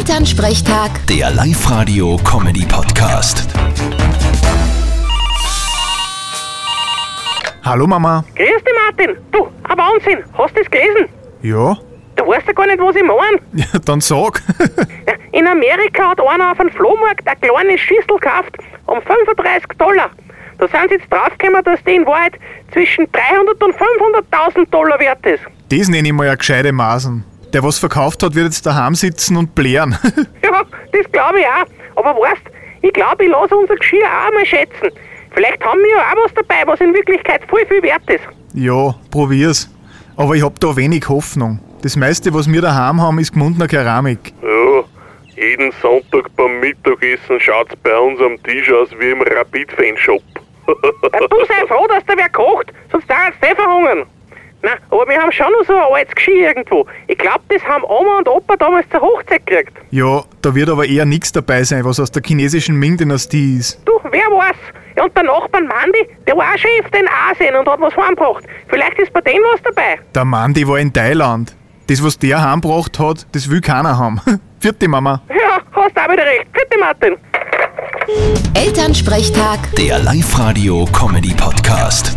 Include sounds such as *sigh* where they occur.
Elternsprechtag, Der Live-Radio-Comedy-Podcast. Hallo Mama. Grüß dich, Martin. Du, ein Wahnsinn. Hast du das gelesen? Ja? *laughs* Du weißt ja gar nicht, was ich meine. ja dann sag. *laughs* Ja, In Amerika hat einer auf einem Flohmarkt eine kleine Schüssel gekauft um 35 Dollar. Da sind sie jetzt draufgekommen, dass die in Wahrheit zwischen 300 und 500.000 Dollar wert ist. *laughs* das nenne ich mal eine gescheite Maßen. Der was verkauft hat, wird jetzt daheim sitzen und blären. *laughs* Ja, das glaube ich auch. Aber weißt, ich glaube, ich lasse unser Geschirr auch mal schätzen. Vielleicht haben wir ja auch was dabei, was in Wirklichkeit voll viel wert ist. ja, probier's. Aber ich hab da wenig Hoffnung. Das meiste, was wir daheim haben, ist gemundener Keramik. Ja, jeden Sonntag beim Mittagessen schaut's bei uns am Tisch aus wie im Rapid-Fanshop. Ja, du sei froh, dass da wer kocht, sonst da hat's nicht verhungern. Na, aber wir haben schon noch so ein altes Geschirr irgendwo. Ich glaub, das haben Oma und Opa damals zur Hochzeit gekriegt. Ja, da wird aber eher nichts dabei sein, was aus der chinesischen Ming-Dynastie ist. Du, wer weiß? Ja, und der Nachbarn Mandy, der war auch Chef in Asien und hat was heimgebracht. Vielleicht ist bei dem was dabei. Der Mann, die war in Thailand. Das, was der heimgebracht hat, das will keiner haben. *laughs* Vierte Mama. Ja, hast auch wieder recht. Bitte, Martin. Elternsprechtag. Der Live-Radio-Comedy-Podcast.